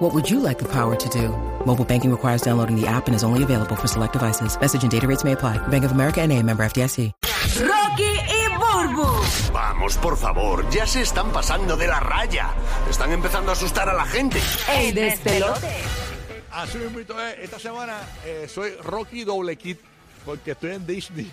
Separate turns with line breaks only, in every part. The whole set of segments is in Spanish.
What would you like the power to do? Mobile banking requires downloading the app and is only available for select devices. Message and data rates may apply. Bank of America and a member FDIC.
Rocky y Burbu.
Vamos, por favor, ya se están pasando de la raya. Están empezando a asustar a la gente.
El despelote.
Así mismo es. Esta semana eh, soy Rocky Doble Kid porque estoy en Disney.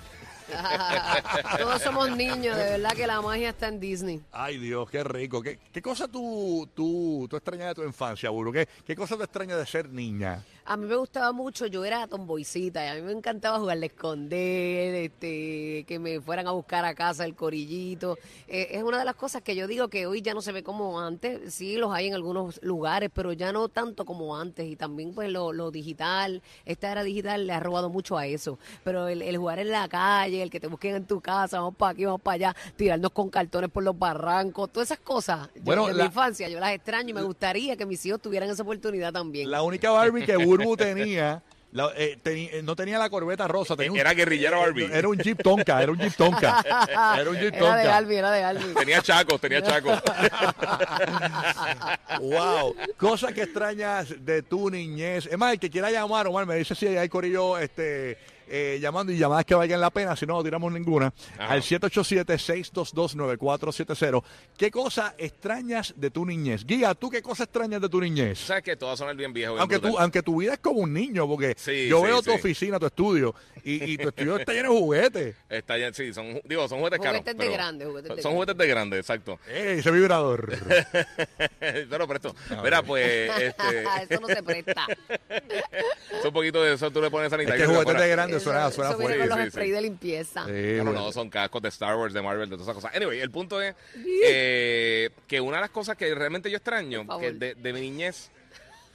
Todos somos niños, de verdad que la magia está en Disney.
Ay, Dios, qué rico. ¿Qué, qué cosa tú, tú, tú extrañas de tu infancia, Buru? ¿Qué, ¿Qué cosa te extraña de ser niña?
A mí me gustaba mucho, yo era tomboycita y a mí me encantaba jugar al esconder, este, que me fueran a buscar a casa el corillito. Eh, es una de las cosas que yo digo que hoy ya no se ve como antes. Sí, los hay en algunos lugares, pero ya no tanto como antes. Y también pues lo, lo digital, esta era digital le ha robado mucho a eso. Pero el, el jugar en la calle, el que te busquen en tu casa, vamos para aquí, vamos para allá, tirarnos con cartones por los barrancos, todas esas cosas. Yo,
Bueno,
de
la-
mi infancia, yo las extraño y me gustaría que mis hijos tuvieran esa oportunidad también.
La única Barbie que Burbu tenía, la- eh, teni- eh, no tenía la corbeta rosa. tenía un-
Era guerrillera Barbie.
Eh, Era un Jeep Tonka, era un Jeep Tonka. Era un Jeep
Ah, Era de
Tonka.
Albi, era de Albi.
Tenía chacos, tenía chacos.
Wow, cosas que extrañas de tu niñez. Es más, el que quiera llamar, Omar, me dice si hay corillo este, eh, llamando y llamadas que valgan la pena, si no, no tiramos ninguna.
Ajá.
Al 787-622-9470. ¿Qué cosa extrañas de tu niñez? Guía, ¿tú qué cosa extrañas de tu niñez?
Sabes que todas son el bien viejo. bien
Aunque
brutal.
tu, aunque tu vida es como un niño, porque
Sí,
yo
sí,
veo tu
sí.
oficina, tu estudio, y, y tu estudio está lleno de juguetes.
Está ya- sí, son, ju- digo, son juguetes,
Juguetes de
caros. pero-
grande, juguetes de
Son
grande.
juguetes de grande, exacto.
¡Ey, ese vibrador!
pero presto. Mira, pues, este,
Ah, eso no se presta.
son poquito de eso, tú le pones
es
sanitario.
que
y le
juguetes
pones-
de grande suena,
eso,
suena
eso viene
fuerte.
con los
Sí, sí,
sprays
sí.
de limpieza.
Sí,
No, no,
bueno.
no, son cascos de Star Wars, de Marvel, de todas esas cosas. Anyway, el punto es eh, que una de las cosas que realmente yo extraño
Por favor.
que de, de mi niñez.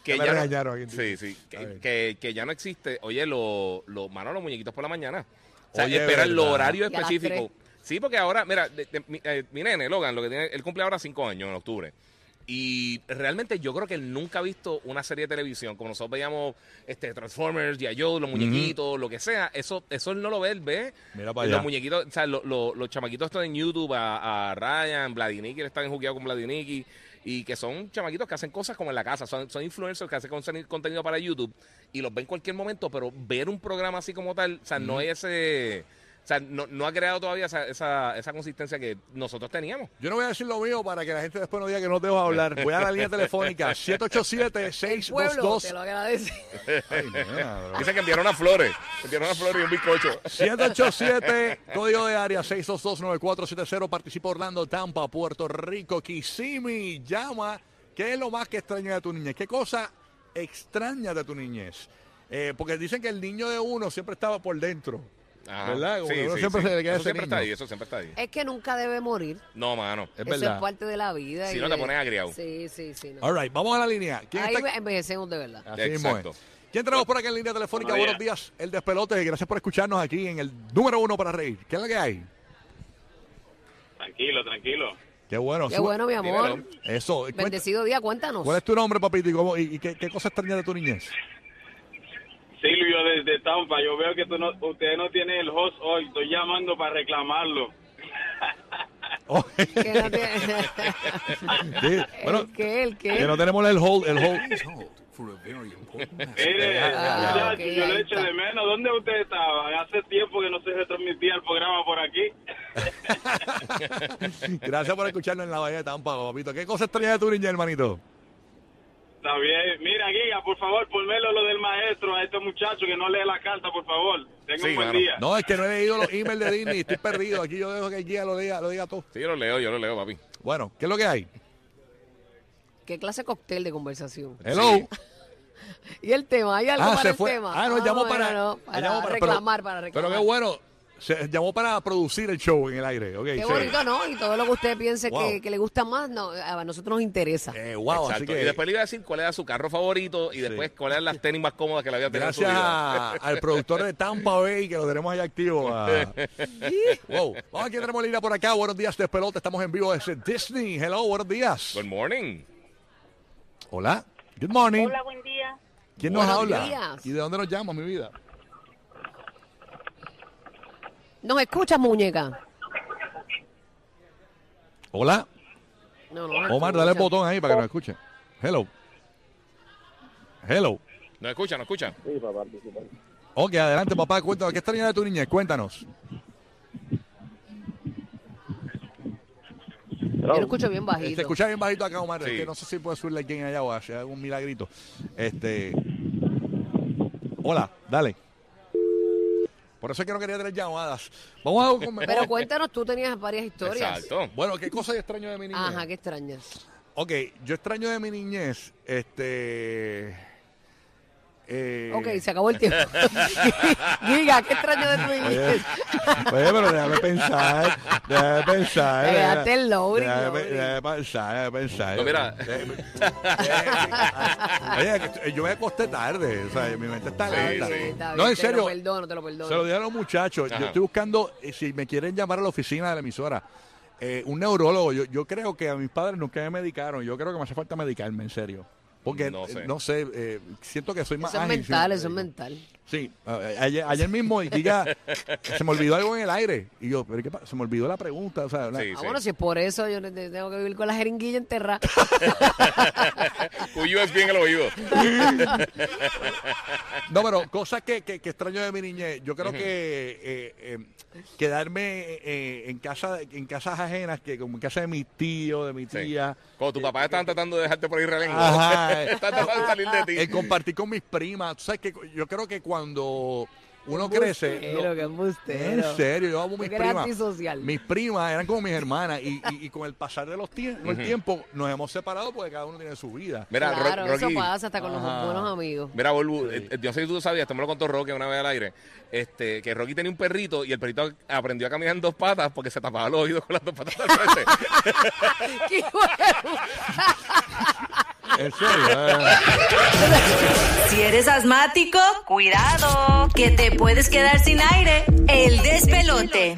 Ya
Que
me
ya,
regañaron
no,
aquí.
sí, sí,
Está
que,
bien.
que- que ya no existe. Oye, los lo, mano, los muñequitos por la mañana. O sea,
Oye,
esperan los
¿verdad?
horarios
Y a las
específicos. Sí, porque ahora, mira, de- de- mi, eh, mi nene, Logan, lo que tiene, él cumple ahora cinco años en octubre. Y realmente yo creo que él nunca ha visto una serie de televisión, como nosotros veíamos este, Transformers, ya yo, los muñequitos, lo que sea. Eso, eso él no lo ve, él ve
Mira para
los
allá.
muñequitos, o sea, lo- lo- los chamaquitos están en YouTube, a, a Ryan, Vladiniki, él está enjuqueado con Vladiniki, y que son chamaquitos que hacen cosas como en la casa, son, son influencers que hacen consen- contenido para YouTube y los ven en cualquier momento, pero ver un programa así como tal, o sea, no es ese... O sea, no, no ha creado todavía esa, esa, esa consistencia que nosotros teníamos.
Yo no voy a decir lo mío para que la gente después no diga que no te dejo hablar. Voy a la línea telefónica
El pueblo te lo
787-622.
agradece.
Ay, nena, bro.
Dice que enviaron unas flores, enviaron unas flores y un bizcocho.
787, código de área 622-9470. Participa Orlando, Tampa, Puerto Rico, Kissimmee. Llama. ¿Qué es lo más que extraña de tu niñez? ¿Qué cosa extraña de tu niñez? Eh, porque dicen que el niño de uno siempre estaba por dentro.
Ajá.
¿Verdad? Como
Sí,
que uno
sí,
siempre
sí.
se le queda
Eso
ese
siempre está
niño.
ahí, eso siempre está ahí.
Es que nunca debe morir.
No, mano.
Es
eso es
verdad.
parte de la vida.
Si
y
no te
de-
pones agriado.
Sí, sí, sí. no.
All right, vamos a la línea. ¿Quién
Ahí
está- Ah,
envejecemos de verdad.
Así mismo
Exacto.
es. ¿Quién tenemos por acá en línea telefónica?
Buenos
Buenos días, el despelote. Gracias por escucharnos aquí en el número uno para reír. ¿Qué es la que hay?
Tranquilo, tranquilo.
Qué bueno.
Qué
sube-
bueno, mi amor.
Dímelo.
Eso. cuenta-
Bendecido día, cuéntanos.
¿Cuál es tu nombre, papito? ¿Y, cómo- y- y qué, qué cosa extraña de tu niñez?
Silvio desde Tampa, yo veo que tú no, usted no tiene el host hoy, estoy llamando para reclamarlo.
Oh,
Que no te-
sí, bueno,
¿El qué? ¿El qué?
que no tenemos el hold. El hold.
Mire,
Ah,
muchacho,
ok,
yo
ahí
le echo
está.
de menos. ¿Dónde ustedes estaban? Hace tiempo que no se retransmitía el programa por aquí.
Gracias por escucharnos en la Bahía de Tampa, papito. ¿Qué cosa extraña de tu niñez, hermanito?
Está bien. Mira, Guía, por favor, ponmelo lo del maestro a este muchacho que no lee la carta, por favor. Tenga
Sí,
un buen
mano.
día.
No, es que no he leído los emails de Disney. Estoy perdido. Aquí yo dejo que el guía lo diga, lo diga todo.
Sí, yo lo leo, yo lo leo, papi.
Bueno, ¿qué es lo que hay?
¿Qué clase de cóctel de conversación?
Hello.
Sí.
¿Y el tema? ¿Hay algo
Ah,
para
se
el
fue.
tema?
Ah, no, llamó para,
no, no, para
llamó pero-
reclamar, para reclamar.
Pero qué bueno. Se llamó para producir el show en el aire. ok,
Qué
sí.
bonito, ¿no? Y todo lo que usted piense
Wow.
que, que le gusta más, no, a nosotros nos interesa.
Eh, wow, así
Exacto.
que
Y después le iba a decir cuál era su carro favorito y después cuál eran las tenis más cómodas que le había tenido en su
gracias
vida.
a- al productor de Tampa Bay que lo tenemos ahí activo. a- wow. Vamos aquí tenemos Lila por acá. Buenos días, Despelota. Estamos en vivo desde Disney. Hello, buenos días.
Good morning.
Hola. Good morning.
Hola, buen día.
¿Quién nos
Buenos
habla?
días.
¿Y de dónde nos llama, mi vida?
¿Nos escuchas, muñeca?
Hola.
No, no, nos
Omar, dale el
escucha.
botón ahí para que nos escuche. Hello. Hello.
¿No escucha? ¿No escucha?
Ok, adelante, papá. Cuéntanos, ¿qué extrañas de tu niñez? Cuéntanos. Eh,
Yo lo escucho bien
Eh, Te
bajito.
escuchas bien bajito acá, Omar.
Sí.
Es que no sé si puede subirle alguien allá o hacer algún milagrito. Este. Hola, dale. Por eso es que no quería tener llamadas. Vamos a algo con-
Pero cuéntanos, tú tenías varias historias.
Exacto.
Bueno, ¿qué cosa yo extraño de mi niñez?
Ajá, qué extrañas.
Ok, yo extraño de mi niñez, este... eh,
Ok, se acabó el tiempo. Diga, qué extraño de tu
Oye,
niñez.
oye, pero déjame pensar, déjame pensar.
Le
déjame-
daste el lowry,
déjame-
lowry.
déjame pensar, déjame pensar.
No, mira.
Déjame- déjame- Oye, que yo me acosté tarde, o sea, mi mente está
Está bien,
lenta.
está bien,
no,
te
en
lo
serio,
perdono, te lo perdono.
se lo dije a los muchachos.
Ajá.
Yo estoy buscando, eh, si me quieren llamar a la oficina de la emisora, eh, un neurólogo. Yo, yo creo que a mis padres nunca me medicaron. Yo creo que me hace falta medicarme, en serio. Porque, eh,
No
no
sé.
sé, eh, siento que soy más
Eso es
ágil, si
mental,
me
eso es
medico.
mental.
Sí, a- a- ayer, ayer mismo, y diga, se me olvidó algo en el aire. Y yo, ¿pero qué pasa? Se me olvidó la pregunta. O sea, la-
Sí,
Ah,
sí.
bueno, si es por eso yo ne- tengo que vivir con la jeringuilla enterrada.
Cuyo es bien el oído.
No, pero cosas que, que- que extraño de mi niñez. Yo creo que eh, eh, quedarme eh, en casa en casas ajenas, que como en casa de mi tío, de mi
Sí.
tía.
Cuando tu
eh,
papá estaban tratando de dejarte por ahí relengua.
Ajá.
Están tratando de salir de ti.
el eh, compartir con mis primas. Tú sabes que yo creo que cuando uno crece...
Embustero,
lo-
qué
en
embustero.
serio, yo amo mis
Porque eres
primas.
antisocial.
Mis primas eran como mis hermanas y, y- y con el pasar de los tie- el tiempo nos hemos separado porque cada uno tiene su vida.
Mira, Ro-
claro, eso
Rocky,
pasa hasta con los
Ajá.
buenos amigos.
Mira, Bolbu, eh, eh, yo sé que tú sabías, esto me lo contó Rocky una vez al aire, este, que Rocky tenía un perrito y el perrito aprendió a caminar en dos patas porque se tapaba los oídos con las dos patas del frente.
¡Qué bueno!
En serio. eh.
Si eres asmático, cuidado, que te puedes quedar sin aire. El despelote.